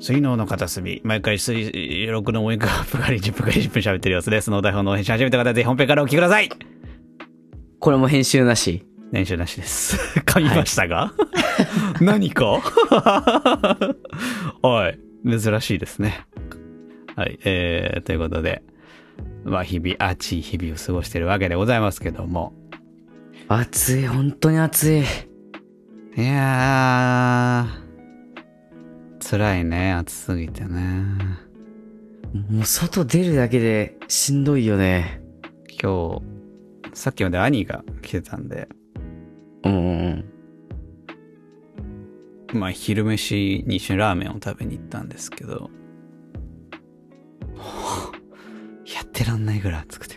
水のの片隅。毎回水、録のウォークアップが20分から20分喋ってる様子です。の台本の編集始めた方はぜひ本編からお聞きくださいこれも編集なし。練習なしです。噛みましたが、 何 かはい。珍しいですね。はい。えー、ということで、まあ、日々、暑い日々を過ごしてるわけでございますけども。暑い、本当に暑い。いやー、辛いね。暑すぎてね。もう外出るだけでしんどいよね。今日、さっきまで兄が来てたんで、うんうんうん。まあ、昼飯に一緒にラーメンを食べに行ったんですけど、 もうやってらんないぐらい暑くて。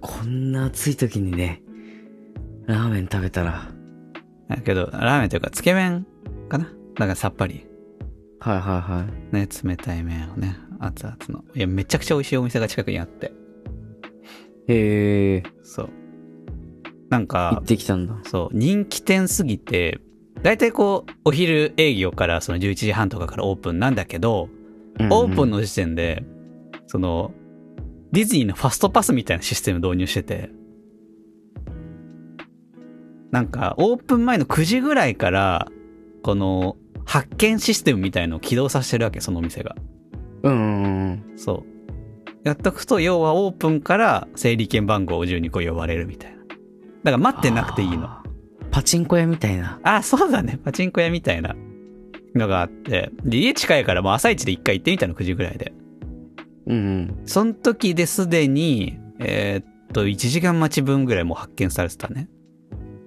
こんな暑い時にね、ラーメン食べたら。だけど、ラーメンというか、つけ麺かなだからさっぱり。はいはいはい。ね、冷たい麺をね、熱々の。いや、めちゃくちゃ美味しいお店が近くにあって。へえ、そう。なん行かっ、てきたんだ。そう、人気店すぎて、だいたいこう、お昼営業からその11時半とかからオープンなんだけど、オープンの。の時点で、その、ディズニーのファストパスみたいなシステム導入してて、なんか、オープン前の9時ぐらいから、この、発見システムみたいのを起動させてるわけ、そのお店が。うんうんうん。そう。やっとくと、要はオープンから整理券番号を12個呼ばれるみたいな。だから待ってなくていいの。ああー。パチンコ屋みたいな。あ、そうだね。パチンコ屋みたいなのがあって。で、家近いからもう朝一で一回行ってみたの、9時ぐらいで。うんうん。その時ですでに、えーっと、1時間待ち分ぐらいもう発見されてたね。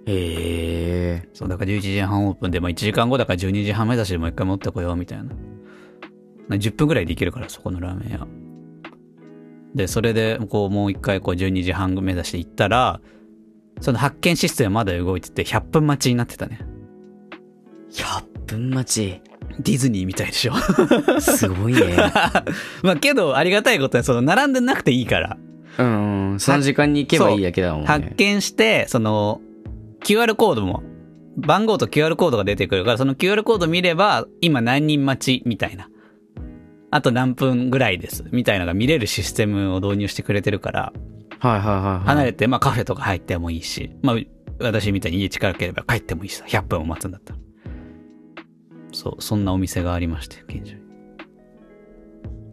へえ。そう、だから11時半オープンで、まあ1時間後だから12時半目指してもう一回持ってこようみたいな。まあ10分ぐらいで行けるから、そこのラーメン屋。で、それで、こう、もう一回、こう、12時半目指して行ったら、その発見システムまだ動いてて、100分待ちになってたね。 100分待ディズニーみたいでしょ。 ち。すごいね。まあ、けど、ありがたいことに、その、並んでなくていいから。うんうん。その時間に行けばいいだけだもんね。発見して、その、QR コードも、番号と QR コードが出てくるから、その QR コード見れば、今何人待ち、みたいな。あと何分ぐらいです、みたいなのが見れるシステムを導入してくれてるから、はいはいはいはい。離れて、まあカフェとか入ってもいいし、まあ、私みたいに家近ければ帰ってもいいしさ、100分も待つんだったら。そう、そんなお店がありまして、近所に。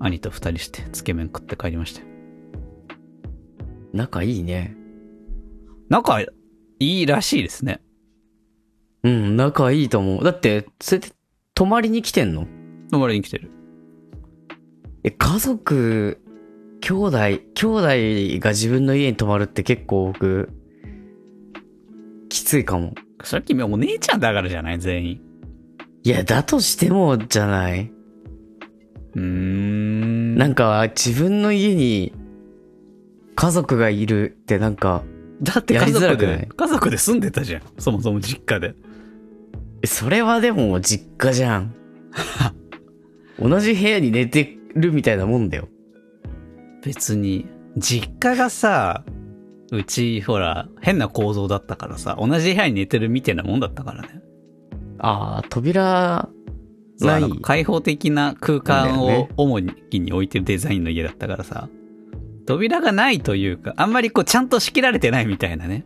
兄と二人して、つけ麺食って帰りましたよ仲いいね。仲いいらしいですね。うん、仲いいと思う。だって、それって、泊まりに来てんの泊まりに来てる。え、家族、兄弟、兄弟が自分の家に泊まるって結構僕、きついかも。それ君お姉ちゃんだからじゃない全員。いや、だとしても、じゃない。うーん。なんか、自分の家に、家族がいるってなんか、だってや家りづ族らくないで、家族で住んでたじゃん。 そもそも実家で。えそれはでも実家じゃ ん。同じ部屋に寝てるみたいなもんだよ。別に、実家がさ、うち、ほら、変な構造だったからさ、同じ部屋に寝てるみたいなもんだったからね。ああ、扉、そうないあの開放的な空間そうだよをね主に置いてるデザインの家だったからさ、扉がないというか、あんまりこうちゃんと仕切られてないみたいなね。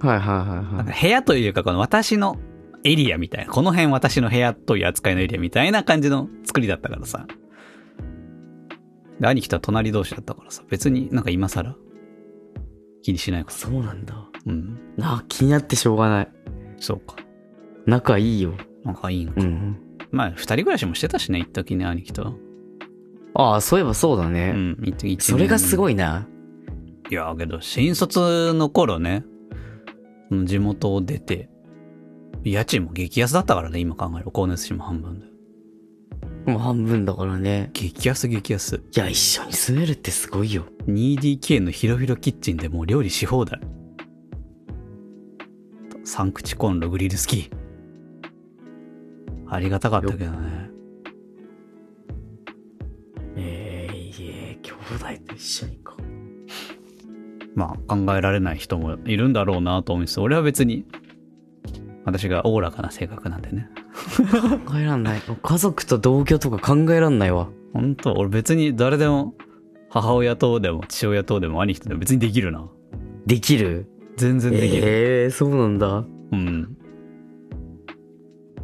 はいはいはいなんはかい。部屋というか、この私のエリアみたいな、この辺私の部屋という扱いのエリアみたいな感じの作りだったからさ。で、兄貴とは隣同士だったからさ、別になんか今更気にしないかそうなんだ。ら。うん。な、気になってしょうがない。そうか。仲いいよ。なんかいいのか。うん。まあ、二人暮らしもしてたしね、一時ね、兄貴と。ああ、そういえばそうだうね。ん、一時それがすごい。いな。いや、けど、新卒の頃ね、うん地元を出て、家賃も激安だったからね、今考える。光熱費も半分で。もう半分だからね。激安、激安。いや、一緒に住めるってすごいよ。 2DK の広々キッチンでもう料理し放題。三口コンログリルスキー。ありがたかったけどね。ええいえ、兄弟と一緒にか。まあ考えられない人もいるんだろうなと思うんです俺は別に、私がおおらかな性格なんでね。考えらんない。家族と同居とか考えらんないわ。本当俺別に誰でも、母親とでも父親とでも兄貴とでも別にできるな。できる全然できる。ええー、そうなんだ。うん。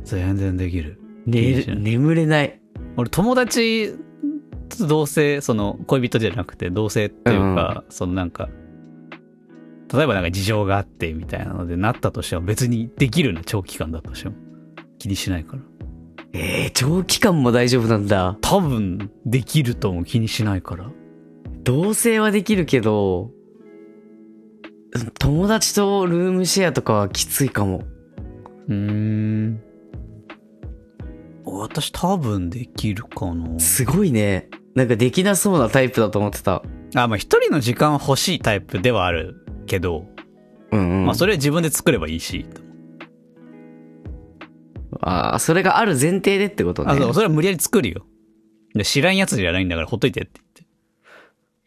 全然できる。いい寝じゃれ、ん眠れない。俺友達と同性、その恋人じゃなくて同性っていうか、そのなんか、例えばなんか事情があってみたいなのでなったとしても別にできるな、長期間だとしても。気にしないから。ええー、長期間も大丈夫なんだ。多分できるとも気にしないから。同棲はできるけど、友達とルームシェアとかはきついかも。うーん。私多分できるかな。すごいね。なんかできなそうなタイプだと思ってた。あ、まあ一人の時間は欲しいタイプではあるけど、うんうん。まあそれは自分で作ればいいし。あーそれがある前提でってことね。あ、そう、それは無理やり作るよ。で知らんやつじゃないんだからほっといてって言って。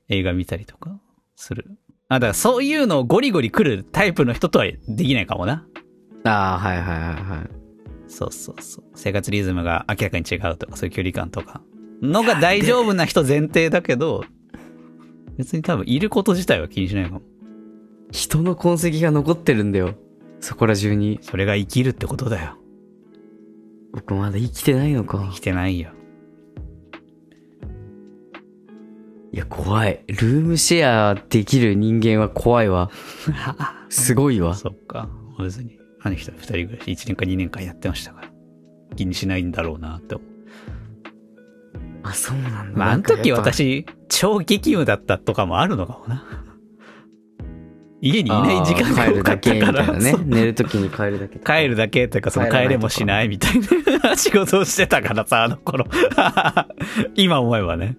映画見たりとかする。あ、だからそういうのをゴリゴリ来るタイプの人とはできないかもな。あーはいはいはいはい。そうそうそう。生活リズムが明らかに違うとか、そういう距離感とか。のが大丈夫な人前提だけど、別に多分いること自体は気にしないかも。人の痕跡が残ってるんだよ。そこら中に。それが生きるってことだよ。僕まだ生きてないのか生き。てないよ。いや、怖い。ルームシェアできる人間は怖いわ。 すごいわ。そっか。別に。あの人は二人暮らし、1年か2年間やってましたから。気にしないんだろうなって思う。あ、そうなんだ。まあ、あなんのかやっ時ぱ。私、超激務だったとかもあるのかもな。家にいない時間あーが帰多るかだっけたみかたいなら、ねそう。寝る時に帰るだけ。帰るだけというか、その帰らない帰れもしないみたいな仕事をしてた からさ、あの頃。 今思えばね。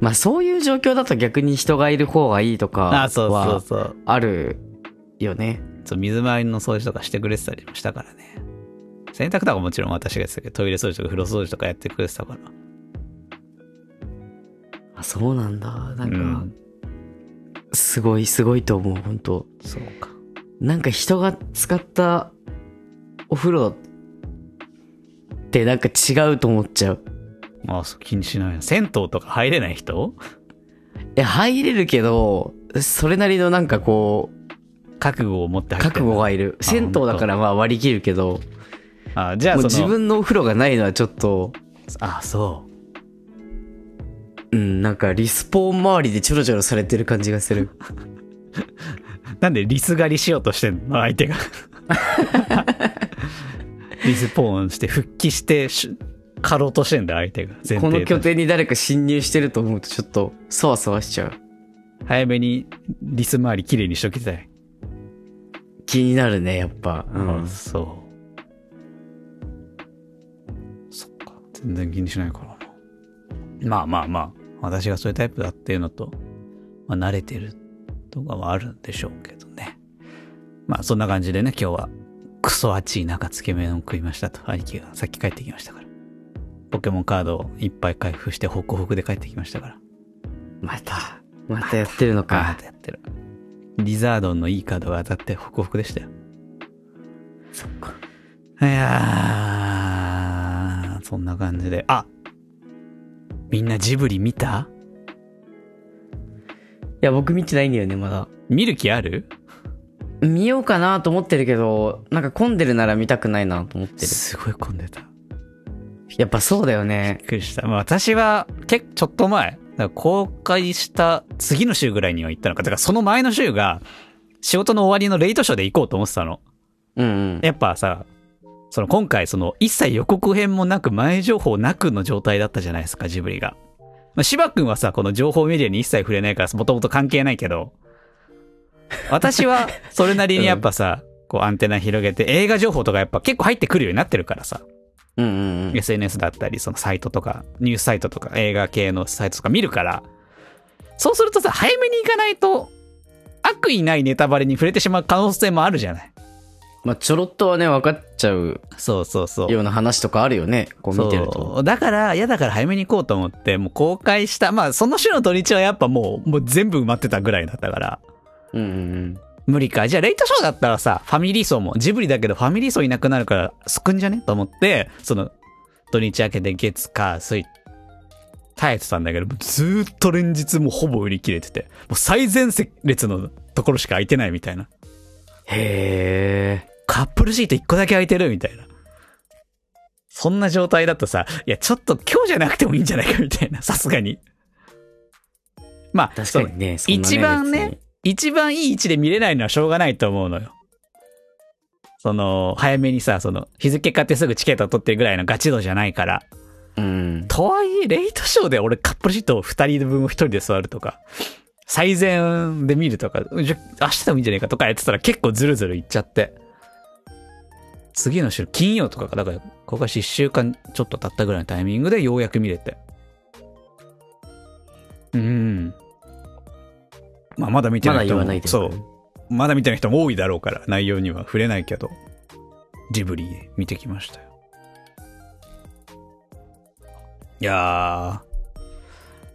まあそういう状況だと逆に人がいる方がいいとかあ、そうそうはそう。あるよね。そう水回りの掃除とかしてくれてたりもしたからね。洗濯とかもちろん私がやってたけど、トイレ掃除とか風呂掃除とかやってくれてたから。あ、そうなんだ。なうんんか、。すごいすごいと思う、本当そうか。なんか人が使ったお風呂ってなんか違うと思っちゃう。まあ、そう気にしないな。銭湯とか入れない人いや、入れるけど、それなりのなんかこう、覚悟を持って入ってん覚だ悟がいる。あ銭湯だからまあ割り切るけど、あじゃあもうその、自分のお風呂がないのはちょっと、あ、そう。うん、なんかリスポーン周りでちょろちょろされてる感じがする。なんでリス狩りしようとしてんの相手が。リスポーンして復帰してし、狩ろうとしてんだ相手が。前提この拠として点に誰か侵入してると思うとちょっとそわそわしちゃう早めにリス周りきれいにしときたい。気になるねやっぱ、うんあそう。そっか。全然気にしないからな。まあまあまあ、私がそういうタイプだっていうのと、まあ慣れてるとかはあるんでしょうけどね。まあそんな感じでね、今日はクソ暑い中つけ麺を食いましたと、兄貴がさっき帰ってきましたから。ポケモンカードをいっぱい開封してホクホクで帰ってきましたから。またまたやってるのガーッかとやってる。リザードンのいいカードが当たってホクホクでしたよ。そっかいやー、そんな感じで。あみんなジブリ見たいや僕見てないんだよねまだ見る気ある見ようかなと思ってるけどなんか混んでるなら見たくないなと思ってるすごい混んでた。びやっぱそうだよねっくりした。まあ、私は、結構ちょっと前、だから公開した次の週ぐらいには行ったのか。だからその前の週が、仕事の終わりのレイトショーで行こうと思ってたの。うんうんやっぱさ、その今回その一切予告編もなく前情報なくの状態だったじゃないですか、ジブリが。まあ、芝君はさ、この情報メディアに一切触れないから、もともと関係ないけど、私はそれなりにやっぱさ、こうアンテナ広げて映画情報とかやっぱ結構入ってくるようになってるからさ、うんうんうん SNS だったり、そのサイトとか、ニュースサイトとか、映画系のサイトとか見るから、そうするとさ、早めに行かないと、悪意ないネタバレに触れてしまう可能性もあるじゃない。まあちょろっとはね分かっちゃうそうそうそう。ような話とかあるよねこう見てるとそうだから、嫌だから早めに行こうと思って、もう公開した。まあ、その週の土日はやっぱもう、もう全部埋まってたぐらいだったから。うんうんうん無理か。じゃあ、レイトショーだったらさ、ファミリー層も、ジブリだけどファミリー層いなくなるから、少んじゃねと思って、その、土日明けで月、火、水、耐えてたんだけど、ずーっと連日もうほぼ売り切れてて、もう最前列のところしか空いてないみたいな。へえ。カップルシート1個だけ空いてるみたいな。そんな状態だとさ、いや、ちょっと今日じゃなくてもいいんじゃないかみたいな、 さすがに。まあ、確そかのにね、そんな一番ね、一番いい位置で見れないのはしょうがないと思うのよ。その、早めにさ、その、日付買ってすぐチケット取ってるぐらいのガチ度じゃないから。別にうん。とはいえ、レイトショーで俺カップルシートを2人分を1人で座るとか、最善で見るとか、じゃ明日でもいいんじゃないかとかやってたら結構ズルズルいっちゃって。次の週、金曜とかか、だから、ここが1週間ちょっと経ったぐらいのタイミングでようやく見れて。うん。まあ、まだ見てまなだい人言も、わないで。そう。。まだ見てない人も多いだろうから、内容には触れないけど、ジブリ見てきましたよ。いやー、ま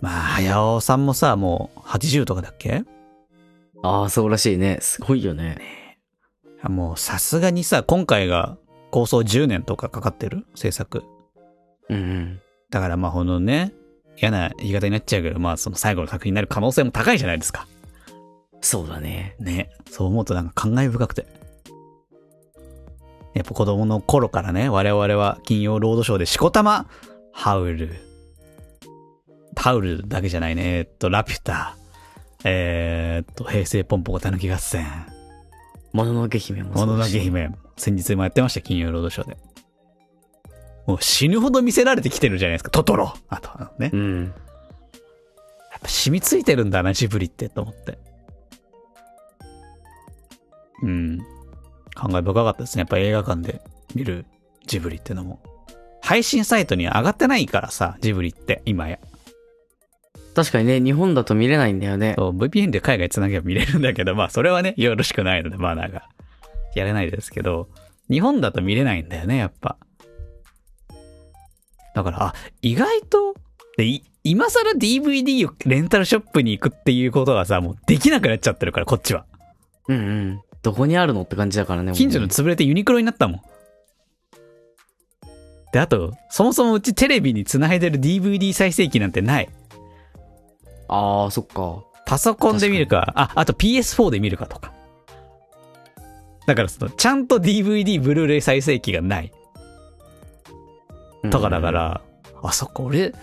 あ、早尾さんもさ、もう80とかだっけああ、そうらしいね。すごいよね。あもうさすがにさ、今回が構想10年とかかかってる制作。うんうん。だからまあ、このね、嫌な言い方になっちゃうけど、まあ、その最後の作品になる可能性も高いじゃないですか。そうだね。ね、そう思うとなんか感慨深くて。やっぱ子供の頃からね、我々は金曜ロードショーでしこたま、ハウル、ハウルだけじゃないね、えっと、ラピュタ、えーっと、平成ポンポコたぬき合戦、もののけ姫ももののうだけし。姫、先日もやってました、金曜ロードショーで。もう死ぬほど見せられてきてるじゃないですか、トトロあと、あのね。うん。やっぱ染みついてるんだな、ジブリって、と思って。うん。感慨深かったですね。やっぱ映画館で見るジブリってのも。配信サイトに上がってないからさ、ジブリって、今や。確かにね、日本だと見れないんだよね。そう VPN で海外繋げば見れるんだけど、まあ、それはね、よろしくないので、マナーが。やれないですけど、日本だと見れないんだよね、やっぱ。だから、あ、意外と、で、い今更 DVD をレンタルショップに行くっていうことがさ、もうできなくなっちゃってるから、こっちは。うんうん。どこにあるのって感じだからね。もうね近所の潰れてユニクロになったもん。で、あと、そもそもうちテレビに繋いでる DVD 再生機なんてない。ああ、そっか。パソコンで見るか、あ、あと PS4 で見るかとか。だからその、ちゃんと DVD、ブルーレイ再生機がない。うんとかだか。ら、あ、そっか、俺、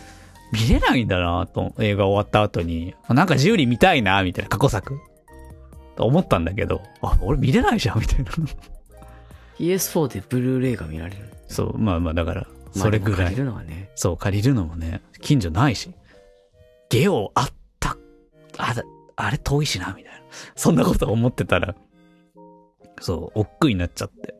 見れないんだなと、映画終わった後に、あなんかジュリ見たいな、みたいな過去作。と思ったんだけど、あ、俺見れないじゃん、みたいな。 PS4 でブルーレイが見られる。そう、まあまあ、だから、まあそれぐでもら借いり。るのはね。そう、借りるのもね、近所ないし。ゲオあった、あ、あれ遠いしな、みたいな。そんなこと思ってたら、そう、億劫になっちゃって。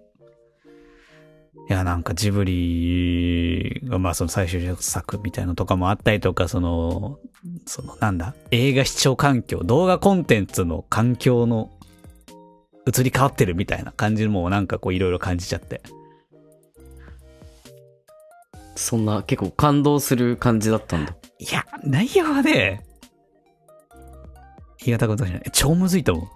いや、なんかジブリが、まあその最終作みたいなのとかもあったりとか、その、そのなんだ、映画視聴環境、動画コンテンツの環境の移り変わってるみたいな感じもなんかこういろいろ感じちゃって。そんな結構感動する感じだったんだ。いや、内容はね、平田君とかじゃない。超むずいと思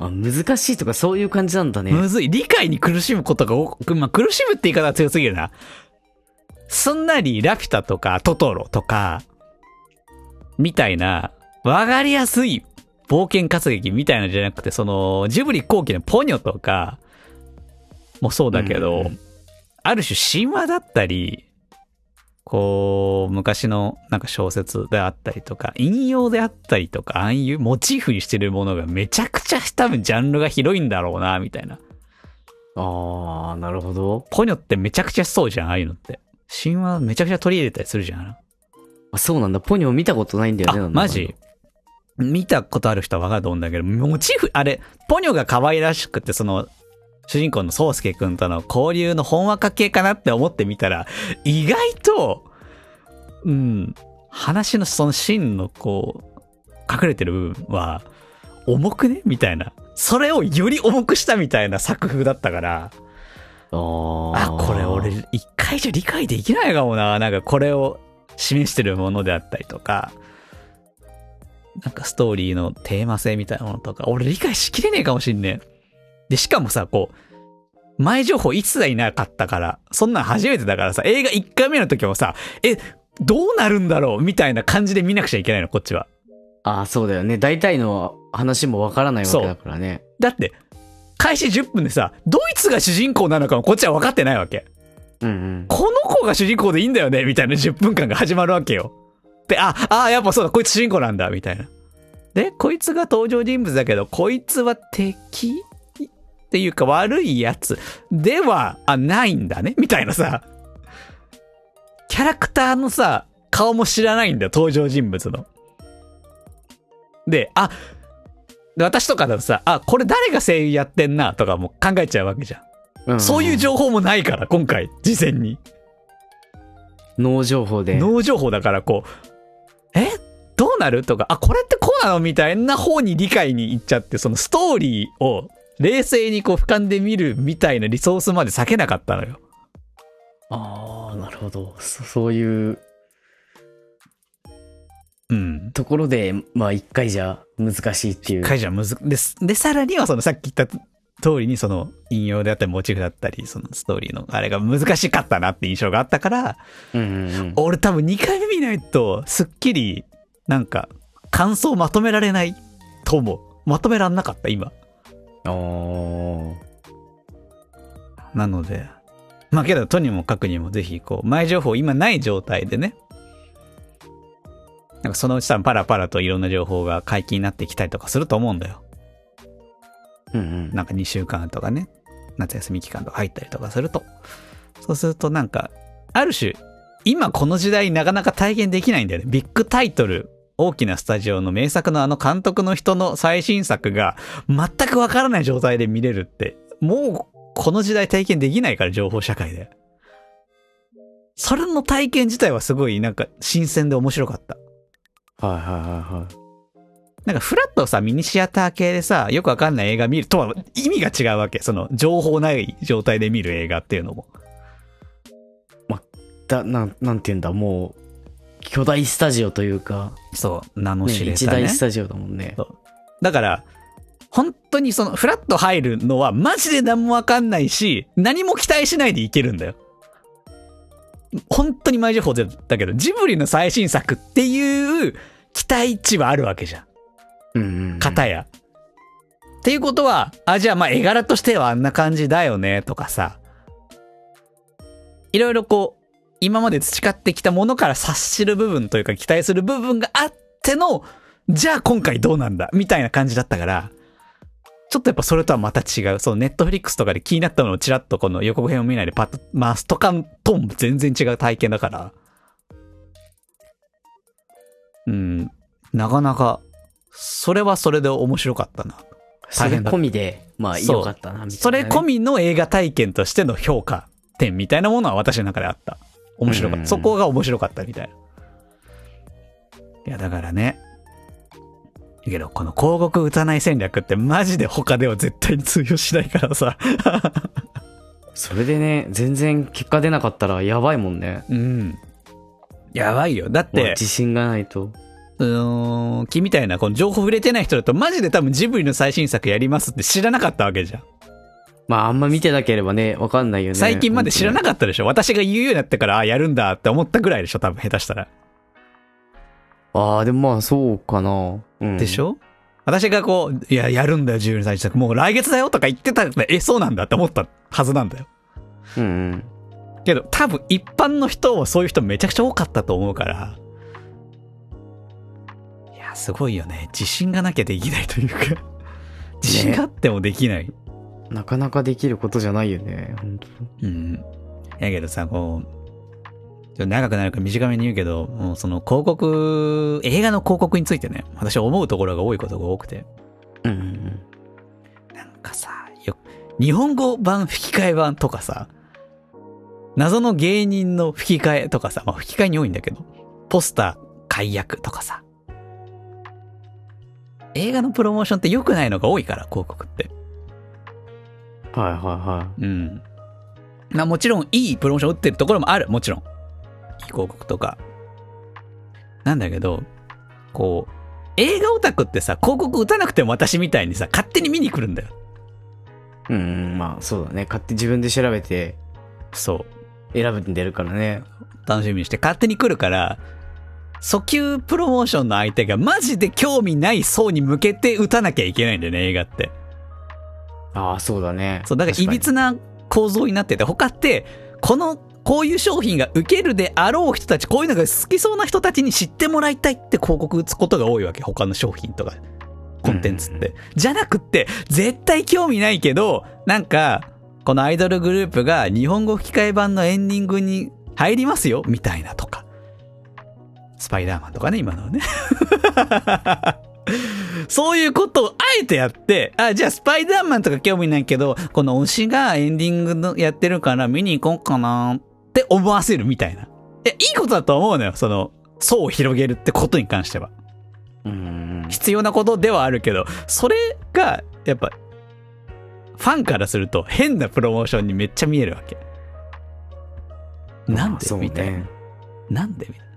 あ難しいとかそういう感じなんだう。ね。むずい。理解に苦しむことが多く、まあ、苦しむって言い方は強すぎるな。すんなりラピュタとかトトロとか、みたいな、わかりやすい冒険活劇みたいなのじゃなくて、その、ジブリ後期のポニョとか、もそうだけど、うんうんある種神話だったり、こう、昔のなんか小説であったりとか、引用であったりとか、ああいうモチーフにしてるものがめちゃくちゃ多分ジャンルが広いんだろうな、みたいな。ああ、なるほど。ポニョってめちゃくちゃそうじゃん、ああいうのって。神話めちゃくちゃ取り入れたりするじゃん。あそうなんだ。ポニョ見たことないんだよね。あ、なんだマジ見たことある人はわかると思うんだけど、モチーフ、あれ、ポニョが可愛らしくて、その、主人公の宗介くんとの交流の本話化系かなって思ってみたら、意外と、うん、話のその真のこう、隠れてる部分は、重くねみたいな。それをより重くしたみたいな作風だったから、あ、あーこれ俺。一回じゃ理解できないかもな。なんかこれを示してるものであったりとか、なんかストーリーのテーマ性みたいなものとか、俺理解しきれねえかもしんねえ。で、しかもさ、こう、前情報一切なかったから、そんなん初めてだからさ、映画1回目の時もさ、え、どうなるんだろうみたいな感じで見なくちゃいけないの、こっちは。ああ、そうだよね。大体の話もわからないわけだからね。だって、開始10分でさ、ドイツが主人公なのかもこっちは分かってないわけ。うんうん。この子が主人公でいいんだよねみたいな10分間が始まるわけよ。で、あ、あ、やっぱそうだ、こいつ主人公なんだ、みたいな。で、こいつが登場人物だけど、こいつは敵っていうか悪いやつでは、あ、ないんだねみたいなさ。キャラクターのさ、顔も知らないんだよ、登場人物の。で、あ、で私とかだとさ、あ、これ誰が声優やってんな、とかも考えちゃうわけじゃん。うんんそういう情報もないから、今回、事前に。脳情報で。脳情報だからこう、えどうなるとか、あ、これってこうなのみたいな方に理解に行っちゃって、そのストーリーを冷静にこう俯瞰で見るみたいなリソースまで避けなかったのよ。ああ、なるほど。そそういううん。ところで、まあ一回じゃ難しいっていう。解除はむずで、すで、さらにはそのさっき言った通りにその引用であったりモチーフだったり、そのストーリーのあれが難しかったなって印象があったから、うんうんうん。俺多分2回目見ないと、すっきり、なんか、感想まとめられないと思う。まとめらんなかった、今。おーなので、まあけど、とにもかくにもぜひ、こう、前情報今ない状態でね、なんかそのうちさ、パラパラといろんな情報が解禁になってきたりとかすると思うんだよ。うんうん。なんか2週間とかね、夏休み期間とか入ったりとかすると。そうするとなんか、ある種、今この時代なかなか体現できないんだよね。ビッグタイトル、大きなスタジオの名作のあの監督の人の最新作が全くわからない状態で見れるって、もうこの時代体験できないから情報社会で。それの体験自体はすごいなんか新鮮で面白かった。はいはいはいはい。なんかフラットさ、ミニシアター系でさ、よくわかんない映画見るとは意味が違うわけ。その、情報ない状態で見る映画っていうのも。だ、なん、なんて言うんだ、もう、巨大スタジオというか、そう、名のね知れ一たね。大スタジオだもんねそ。うだから、本当にその、フラット入るのはマジで何もわかんないし、何も期待しないでいけるんだよ。本当に前情報ゼロだけど、ジブリの最新作っていう期待値はあるわけじゃん。うんうんうん。方や。っていうことは、あ、じゃあまあ絵柄としてはあんな感じだよね、とかさ。いろいろこう、今まで培ってきたものから察しる部分というか期待する部分があっての、じゃあ今回どうなんだみたいな感じだったから、ちょっとやっぱそれとはまた違う。そのネットフリックスとかで気になったものをちらっとこの予告編を見ないでパッと回すとかとも全然違う体験だから。うん、なかなか、それはそれで面白かったな。それ大変だ込みで、まあそう良かったな、みたいなね。それ込みの映画体験としての評価点みたいなものは私の中であった。面白かっうんた。そこが面白かったみたいな。いや、だからね。いいけど、この広告打たない戦略ってマジで他では絶対に通用しないからさ。それでね、全然結果出なかったらやばいもんね。うん。やばいよ。だっもうて、自信がないと。うーん、君みたいな、この情報触れてない人だとマジで多分ジブリの最新作やりますって知らなかったわけじゃん。まああんま見てなければね、わかんないよね。最近まで知らなかかったでしょ私が言うようになってから、あ、やるんだって思ったぐらいでしょ多分下手したら。った。ああ、でもまあそうかな。うんでしょ、私がこう、いや、やるんだよ、12歳作。もう来月だよとか言ってたら、え、そうなんだって思ったはずなんだよ。うんうん。けど、多分一般の人はそういう人めちゃくちゃ多かったと思うから。いや、すごいよね。自信がなきゃできないというか。自信があってもできない。なかなかできることじゃないよね、本当うん。やけどさ、こう、ちょっと長くなるから短めに言うけど、もうその広告、映画の広告についてね、私は思うところが多いことが多くて。うんうんうん。なんかさ、よ、日本語版吹き替え版とかさ、謎の芸人の吹き替えとかさ、まあ吹き替えに多いんだけど、ポスター解約とかさ、映画のプロモーションって良くないのが多いから、広告って。はいはいはうん。まあもちろんいいプロモーション打ってるところもある、もちろん。いい広告とか。なんだけど、こう、映画オタクってさ、広告打たなくても私みたいにさ、勝手に見に来るんだよ。うん、まあそうだね。買って自分で調べてそう。選ぶんでるからね。楽しみにして、勝手に来るから、訴求プロモーションの相手がマジで興味ない層に向けて打たなきゃいけないんだよね、映画って。ああ、そうだね。そう、だからいびつな構造になってて、他って、この、こういう商品が受けるであろう人たち、こういうのが好きそうな人たちに知ってもらいたいって広告打つことが多いわけ、他の商品とか、コンテンツって。じゃなくって、絶対興味ないけど、なんか、このアイドルグループが日本語吹き替え版のエンディングに入りますよ、みたいなとか。スパイダーマンとかね、今のはね。そういうことをあえてやって、あ、じゃあスパイダーマンとか興味ないけど、この推しがエンディングのやってるから見に行こうかなって思わせるみたいな。え、いいことだと思うのよ。その、層を広げるってことに関しては。うんうんうん。必要なことではあるけど、それが、やっぱ、ファンからすると変なプロモーションにめっちゃ見えるわけ。なんまあで、そうみたいな。ね。なんでみたいな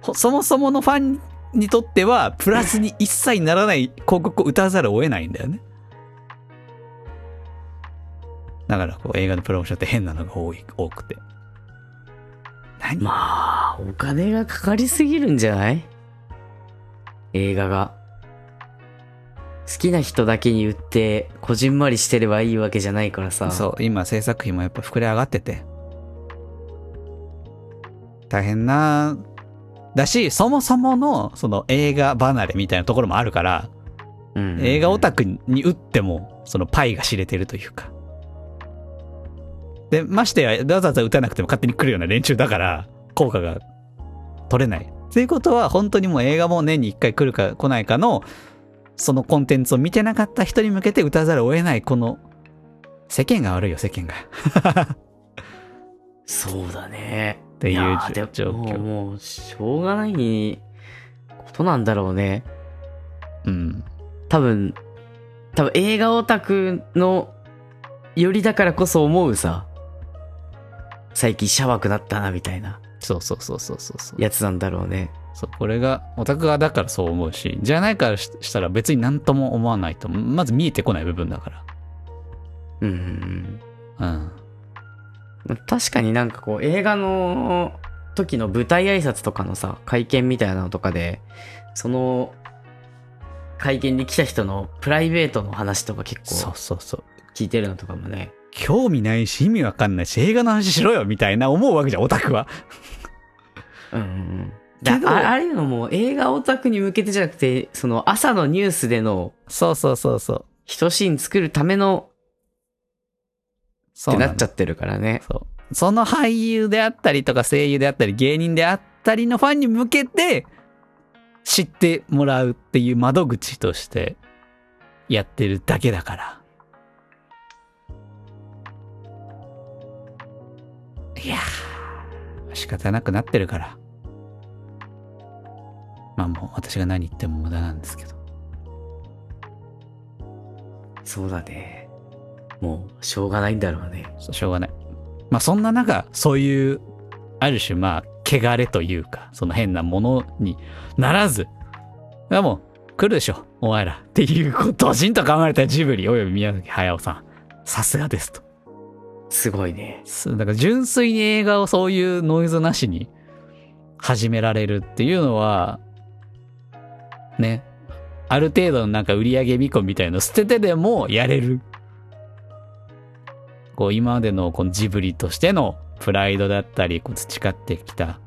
ほそもそものファンにとっては、プラスに一切ならない広告を歌わざるを得ないんだよね。だから、こう、映画のプロモーションって変なのが多い、多くて。何まあ、お金がかかりすぎるんじゃない映画が。好きな人だけに売って、こじんまりしてればいいわけじゃないからさ。そう、今制作費もやっぱ膨れ上がってて。大変な、だし、そもそもの、その映画離れみたいなところもあるから、うんうんうん。映画オタクに打っても、そのパイが知れてるというか。で、ましてや、わざわざ打たなくても勝手に来るような連中だから、効果が取れない。ということは、本当にもう映画も年に1回来るか来ないかの、そのコンテンツを見てなかった人に向けて打たざるを得ない、この、世間が悪いよ、世間が。そうだね。っていうやーじょでも状況もう、しょうがないことなんだろうね。うん。多分、多分映画オタクのよりだからこそ思うさ。最近シャワくなったな、みたいなそうそうそうそうそうそう。やつなんだろうね。そう、これが、オタク側だからそう思うし、じゃないからししたら別に何とも思わないと、まず見えてこない部分だかうんうんうん。ら。うん。まあ確かになんかこう映画の時の舞台挨拶とかのさ会見みたいなのとかでその会見に来た人のプライベートの話とか結そう構そうそう。聞いてるのとかもね興味ないし、意味わかんないし、映画の話しろよみたいな思うわけじゃん、オタクは。うんうんうんけどだあああいうのも映画オタクに向けてじゃなくてその朝のニュースでのそうそうそうそう。一シーン作るためのそっうてなっちゃっってるからねそう。その俳優であったりとか声優であったり芸人であったりのファンに向けて知ってもらうっていう窓口としてやってるだけだから。いやー、仕方なくなってるから。まあもう私が何言っても無駄なんですけど。そうだねもうしょうがないんだろうねそうしょうがない。まあそんな中、そういう、ある種まあ、汚れというか、その変なものにならず、あもう、来るでしょ、お前ら。っていうことをじんと考えたジブリ、および宮崎駿さん。さすがですと。すごいねすだから純粋に映画をそういうノイズなしに始められるっていうのは、ね、ある程度のなんか売り上げ見込みみたいの捨ててでもやれる。こう今までのこのジブリとしてのプライドだったり、こう培ってきた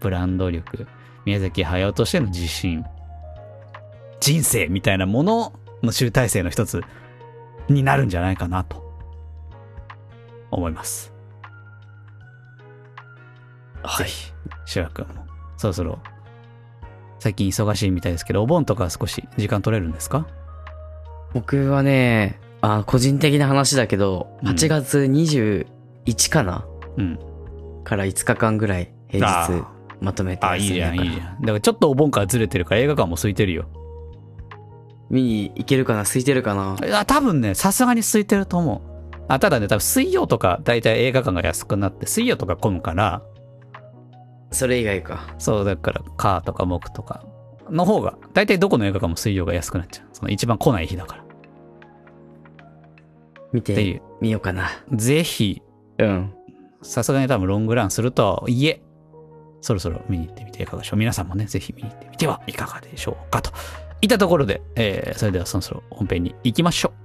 ブランド力、宮崎駿としての自信、人生みたいなものの集大成の一つになるんじゃないかなと思います。はいシュラ君もそろそろ最近忙しいみたいですけどお盆とか少し時間取れるんですか僕はね、あ個人的な話だけど、うん8月21かな、うんから5日間ぐらい平あ日ーまとめて休んだからいいじゃんだからちょっとお盆からずれてるから映画館も空いてるよ見に行けるかな空いてるかなあ多分ねさすがに空いてると思うあただね多分水曜とか大体映画館が安くなって水曜とか混むからそれ以外か。そうだから「か」とか「木」とかの方が、大体どこの映画館も水曜が安くなっちゃう。その一番来ない日だから。っ見ていてう。みようかな。ぜひ、うん。さすがに多分ロングランするとはいえ、そろそろ見に行ってみていかがでしょう。皆さんもね、ぜひ見に行ってみてはいかがでしょうかと。いったところで、えーそれではそろそろ本編に行きましょう。